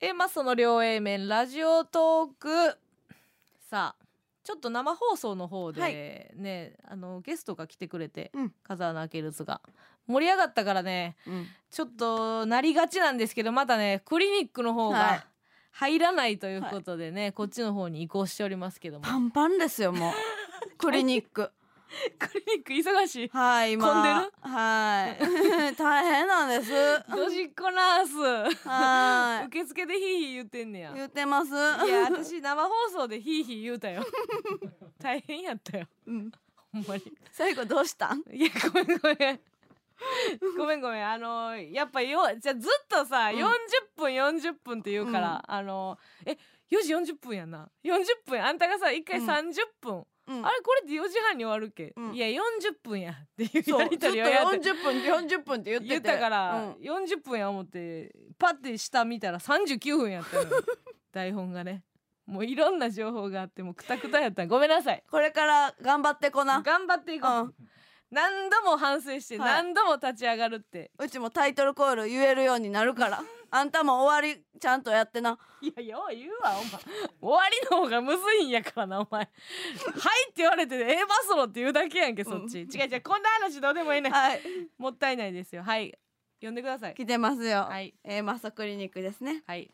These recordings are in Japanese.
えまあその両 A 面ラジオトークさあちょっと生放送の方で、はいねあのゲストが来てくれて、うん風穴開けるズが盛り上がったからねうん、ちょっとなりがちなんですけどまたねクリニックの方はがい入らないということでね、こっちの方に移行しておりますけどもパンパンですよもう クリニッククリニック忙しいはい今混んでるはい 大変なんですドジっ子ナース は受付でヒーヒー言ってんねやい言ってますい や私生放送でヒーヒー言うたよ 大変やったようんほんまに最後どうしたんいやごめんごめんごめんごめんあのやっぱよじゃあずっとさ、うん40分40分って言うから、あのえ4時40分やな40分あんたがさ一回うん30分、うんあれこれって4時半に終わるっけ、うんいや40分やっていうそやうずりっととりをやって40分40分って言ってて言ったから、うん40分や思ってパッて下見たら39分やったのよ台本がねもういろんな情報があってもうクタクタやったごめんなさいこれから頑張ってこな頑張っていこう、うん何度も反省して、はい何度も立ち上がるってうちもタイトルコール言えるようにな るからあんたも終わりちゃんとやってないやよう言うわお前終わりの方がむずいんやからなお前はいって言われて A バスロって言うだけやんけそっち、うん違う違うこんな話どうでもいいねはいもったいないですよはい呼んでください来てますよ、はいえーマッサクリニックですねはい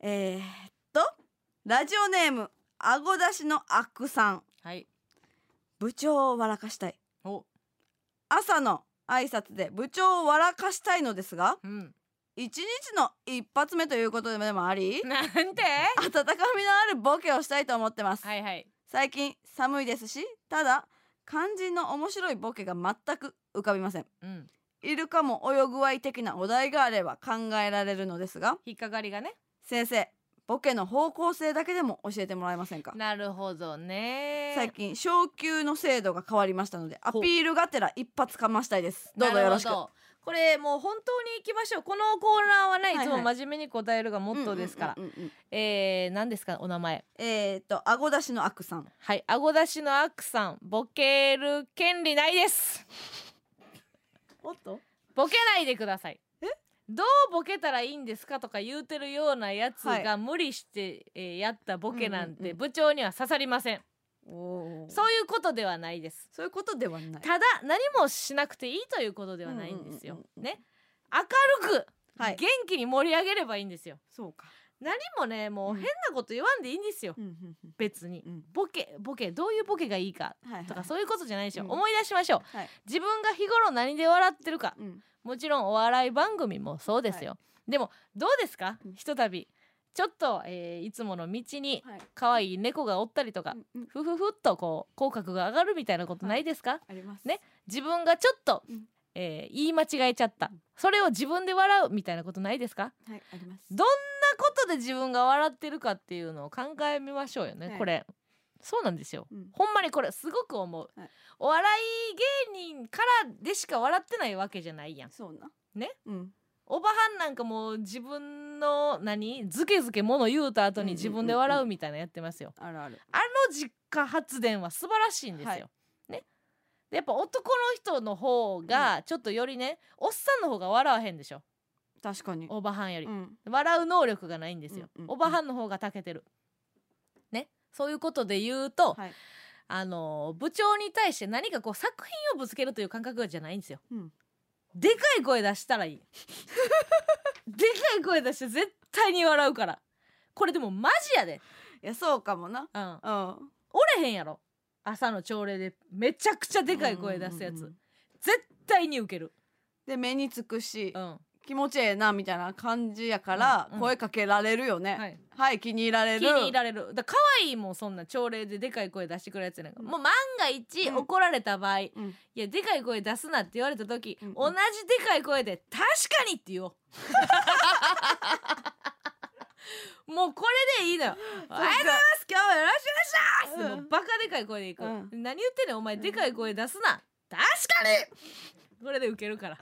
えー、っとラジオネームあご出しのアクさんはい部長を笑かしたいお朝の挨拶で部長を笑かしたいのですがうん一日の一発目ということでもありなんで温かみのあるボケをしたいと思ってます、はいはい最近寒いですしただ肝心の面白いボケが全く浮かびませんうんイルカも泳ぐわい的なお題があれば考えられるのですが引っかかりがね先生ボケの方向性だけでも教えてもらえませんかなるほどね最近昇給の制度が変わりましたのでアピールがてら一発かましたいですどうぞよろしくなるほどこれもう本当に行きましょうこのコーナーはねいはいいつも真面目に答えるがモットーですから、うんうんうんうんえー、何ですかお名前えーっと顎出しのアクさんはい、顎出しのアックさん、ボケる権利ないです。おっとボケないでください。えどうボケたらいいんですかとか言うてるようなやつはが無理して、えーやったボケなんうんうんうてん部長には刺さりません。そそうういうことではないです。そういうことではないただ何もしなくていいということではないんですうんようん。うんうんね、明るく、はい元気に盛り上げればいいんですよ。そうか何もね、もう変なこと言わんでいいんですよ。うんうんうん別にうんボケボケどういうボケがいいかはいはいとかそういうことじゃないでしょ、うん思い出しましょうはい自分が日頃何で笑ってるかうんもちろんお笑い番組もそうですよ、でもどうですかうんひとたびちょっと、えーいつもの道にはい可愛い猫がおったりとか、うんうんふふふっとこう口角が上がるみたいなことないですか、ありますね自分がちょっと、うんえー言い間違えちゃったうんそれを自分で笑うみたいなことないですかはいありますどんなことで自分が笑ってるかっていうのを考えみましょうよね、はいこれそうなんですようんほんまにこれすごく思う、はいお笑い芸人からでしか笑ってないわけじゃないやんそうなねうんおばはんなんかもう自分の何ズケズケもの言うた後うんうんにうんうん自分で笑うみたいなやってますよ、あるあるあの実家発電は素晴らしいんですよ、はいねでやっぱ男の人の方がちょっとよりね、おっさんの方が笑わへんでしょ確かにおばはんより、うん笑う能力がないんですよ、うんうんうんおばはんの方が長けてるねそういうことで言うと、はいあの部長に対して何かこう作品をぶつけるという感覚じゃないんですようんでかい声出したら いいでかい声出して絶対に笑うからこれでもマジやでいやそうかもなうんうんおれへんやろ朝の朝礼でめちゃくちゃでかい声出すやつ、うんうんうん絶対に受けるで目につくしうんは気持ちええなみたいな感じやからうんうん声かけられるよねいはい気に入られ気るに入られるだから可愛いもんそんな朝礼ででかい声出してくるやつやなんか、うんもう万が一うん怒られた場合、いうんやでかい声出すなって言われた時、うんうん同じでかい声で「確かに!」って言 おうもうこれでいいのよ「あいます今日もよろしつ!」もうバカでかい声でいく、うん何言ってんねんお前でかい声出すな確かにこれでウケるから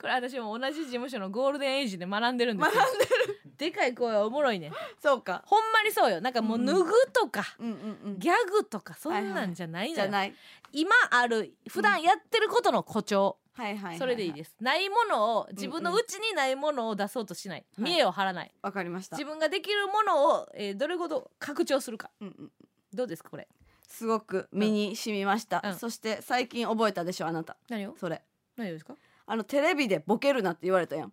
これ私も同じ事務所のゴールデンエイジで学んでるんですよ学んでるでかい声はおもろいねんそうかほんまにそうよなんかもううん脱ぐとか、うんうんうんギャグとかそんなんじゃないのじよ、ゃない今ある普段やってることの誇張、はいはいはいはいそれでいいですないものを自分のうちにないものを出そうとしない、うん見栄を張らないわかりました自分ができるものを、えーどれほど拡張するかうんうんどうですかこれすごく身に染みました、うんそして最近覚えたでしょあなた何をそれ何をですかあのテレビでボケるなって言われたやん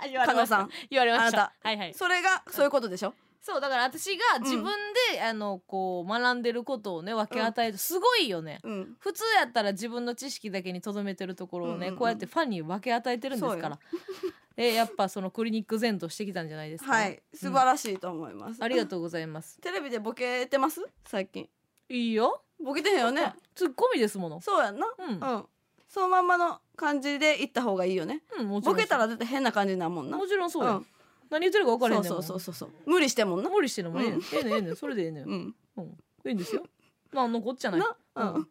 あ言われ加ま納したさん言われましあなたはいはいそれがそういうことでしょそうだから私が自分で、あのこう学んでることをね分け与える、すごいよねうん普通やったら自分の知識だけにとどめてるところをね、うんうんうんこうやってファンに分け与えてるんですから えやっぱそのクリニック前としてきたんじゃないですか、はい素晴らしいと思います、ありがとうございますテレビでボケてます最近いいよボケてへんよねツッコミですものそうやんなうん、うんそのまんまの感じで行った方がいいよねうん、もちろボんケたらだって変な感じになるもんなもちろんそううよ、ん何言ってるか分からへそんねうんそもうんそうそうそう無理してもんな無理してんのもええねんうんええねんええねんそれでええねんうんいいんですよなんのこっちゃないなうん、うん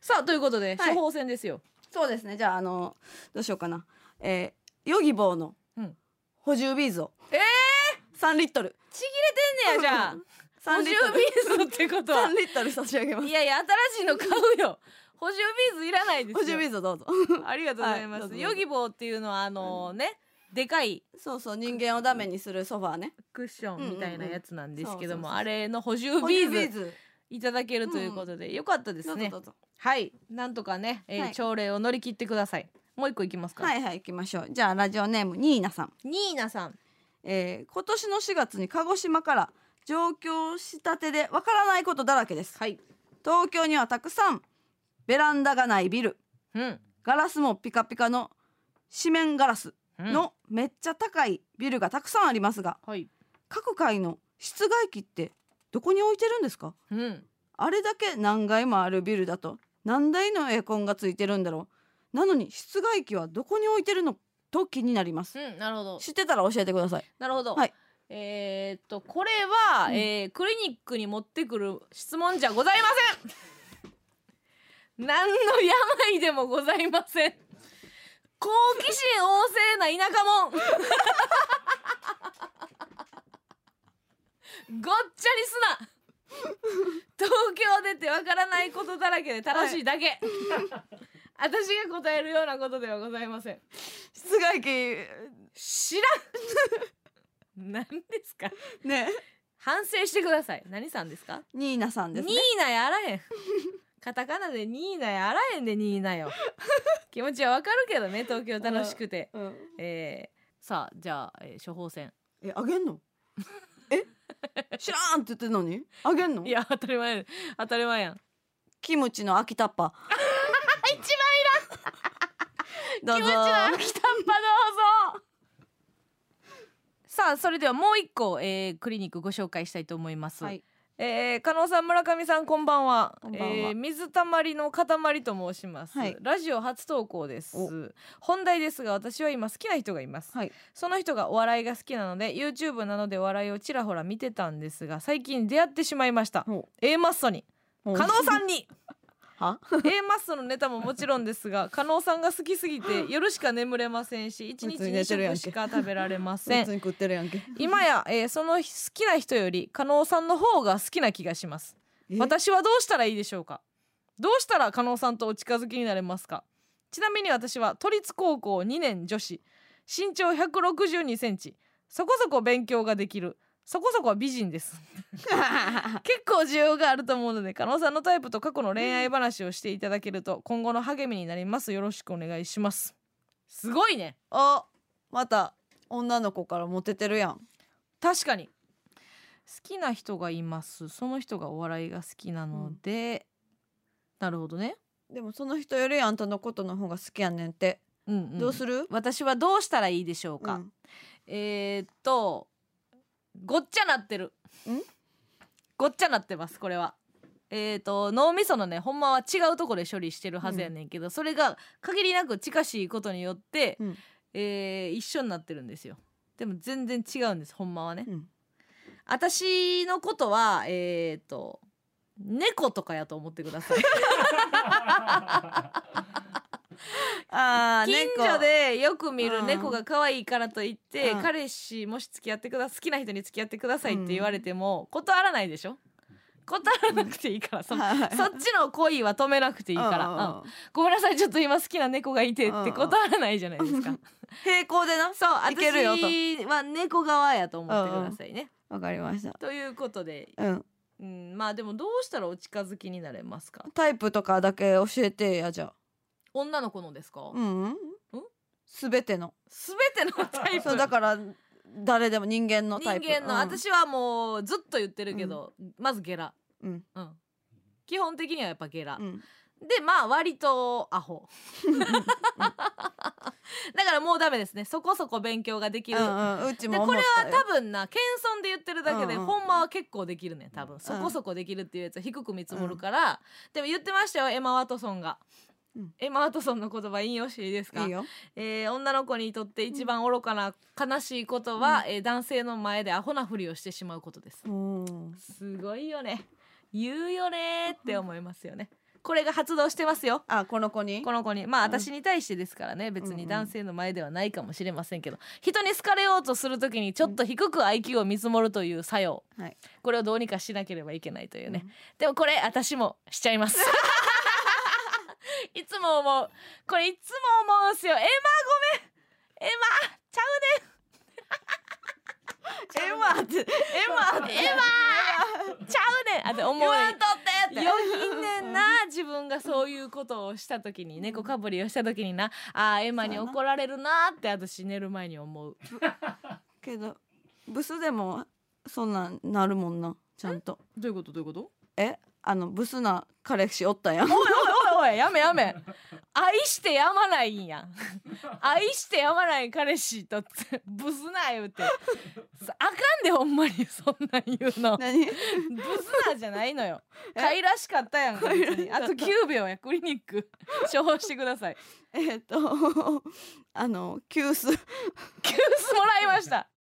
さあということで、はい処方箋ですよそうですねじゃああのどうしようかなえー、ヨギボーのうん補充ビーズをえ3リットルねやじ ゃあ3補リ充ットルビーズってことは3リットル差し上げまいすやいや新しいの買うよ補充ビーズいらないですよ補充ビーズをどうぞ ありがとうございまはいどうす、ぞヨギボーっていうのはあのね、でかいそうそう人間をダメにするソファーねクッションみたいなやつなんですけども、うんうんうんそうそうそうあれの補充補ビ充ービーズズいただけるということで、よかったでどすうぞねどうぞはいなんとかね、えーはい朝礼を乗り切ってくださいもう一個いきますか、はいはい行きましょうじゃあラジオネームニーナさん、ニーナさんえー、今年の4月に鹿児島から上京したてでわからないことだらけですはい東京にはたくさんベランダがないビルうんガラスもピカピカの四面ガラスうんのめっちゃ高いビルがたくさんありますがはい各階の室外機ってどこに置いてるんですかうんあれだけ何階もあるビルだと何台のエアコンがついてるんだろうなのに室外機はどこに置いてるのと気になりますうんなるほど知ってたら教えてくださいなるほど、はいえーっとこれは、うんえークリニックに持ってくる質問じゃございません何の病でもございません好奇心旺盛な田舎もん ごっちゃりすな東京出てわからないことだらけで楽しいだけ、私が答えるようなことではございません室外機知らん何ですかね反省してください何さんですかニーナさんですニーねナやあら へんカタカナでニーナやあらへんでニーナ よ気持ちはわかるけどね東京楽しくて、うんえーさあじゃあ、えー処方箋えあげんのえ知らんって言ってんのにあげんのいや当たり前や当たり前やんキムチの空きタッパ一番気い持らちんどうぞの秋田っぱどうぞさあそれではもう一個、えークリニックご紹介したいと思います、はいえー、加納さん村上さんこんばんはこんばんはえー水たまりの塊と申します、はいラジオ初投稿です本題ですが私は今好きな人がいます、はいその人がお笑いが好きなので YouTube などでお笑いをちらほら見てたんですが最近出会ってしまいましたお A マッソに加加納さんに は A マッソのネタももちろんですが加納さんが好きすぎ て夜しか眠れませんし一日普通に寝2てるやん食けしか食べられませ 普ん通に食ってるやんけ今や、えーその好きな人より加納さんの方が好きな気がしますえ 私はどうしたらいいでしょうかどうしたら加納さんとお近づきになれますかちなみに私は都立高校2年女子身長1 6 2センチそこそこ勉強ができるそこそこは美人です結構需要があると思うので加納さんのタイプと過去の恋愛話をしていただけると今後の励みになりますよろしくお願いしますすごいねあまた女の子からモテてるやん確かに好きな人がいますその人がお笑いが好きなので、なるほどね、でもその人よりあんたのことの方が好きやねんって、うんんどうする私はどうしたらいいでしょうか、うんえー、っとごっちゃなってるんごっちゃなってますこれはえー、っと脳みそのねほんまは違うとこで処理してるはずやねんけど、それが限りなく近しいことによって、うんえー一緒になってるんですよでも全然違うんですほんまはねうん私のことはえー、っと猫とかやと思ってくださいあー近猫所でよく見る猫が可愛いからといって、うん彼氏もし付き合ってくだ好きな人に付き合ってくださいって言われても、断らないでしょ断らなくていいからそのはいそっちの恋は止めなくていいから、うんうんごめんなさいちょっと今好きな猫がいてって断らないじゃないですか、 うん平行でなそういけるよと私は猫側やと思ってくださいね、わかりましたということで、うんうん、まあでもどうしたらお近づきになれますかタイプとかだけ教えてやじゃ女の子のですか、あうんうんすべてのすべてのタイプそうだから誰でも人間の人タイプ間の、うん私はもうずっと言ってるけど、まずゲラ、うんうん、基本的にはやっぱゲラ、うんでまあ割とアホだからもうダメですねそこそこ勉強ができる、うんうんうちでもこ思っれはたよ多分な謙遜で言ってるだけで、うんうんほんまは結構できるねん多分そこそこできるっていうやつは低く見積もるから、でも言ってましたよエマ・ワトソンが、うんエマ・ワトソンの言葉引用していいですかいいよえー女の子にとって一番愚かな悲しいことは、えー男性の前でアホなふりをしてしまうことですうんすごいよね言うよねーって思いますよねこれが発動してますよあこの子にこの子にまあうん私に対してですからね別に男性の前ではないかもしれませんけど人に好かれようとするときにちょっと低く IQ を見積もるという作用はいこれをどうにかしなければいけないというね、でもこれ私もしちゃい ますいつも思うこれいつも思うんすよエマごめんエマちゃ エマってうエマっねてんエマちゃうねんあって思言わいんとってってよぎんねんな自分がそういうことをした時に猫かぶりをした時になあーエマに怒られるなって私寝る前に思うけどブスでもそんなんなるもんなちゃんとどういうことどういうことえあのブスな彼氏おったやんおいおいおいおいやめやめ愛してやまないんやん愛してやまない彼氏とつブスな言うてさあかんでほんまにそんなん言うのブ 何 スなじゃないのよえかいらしかったやんか別にかいらしかあったと9秒やクリニック処方してくださいえっと あの急須急須もらいました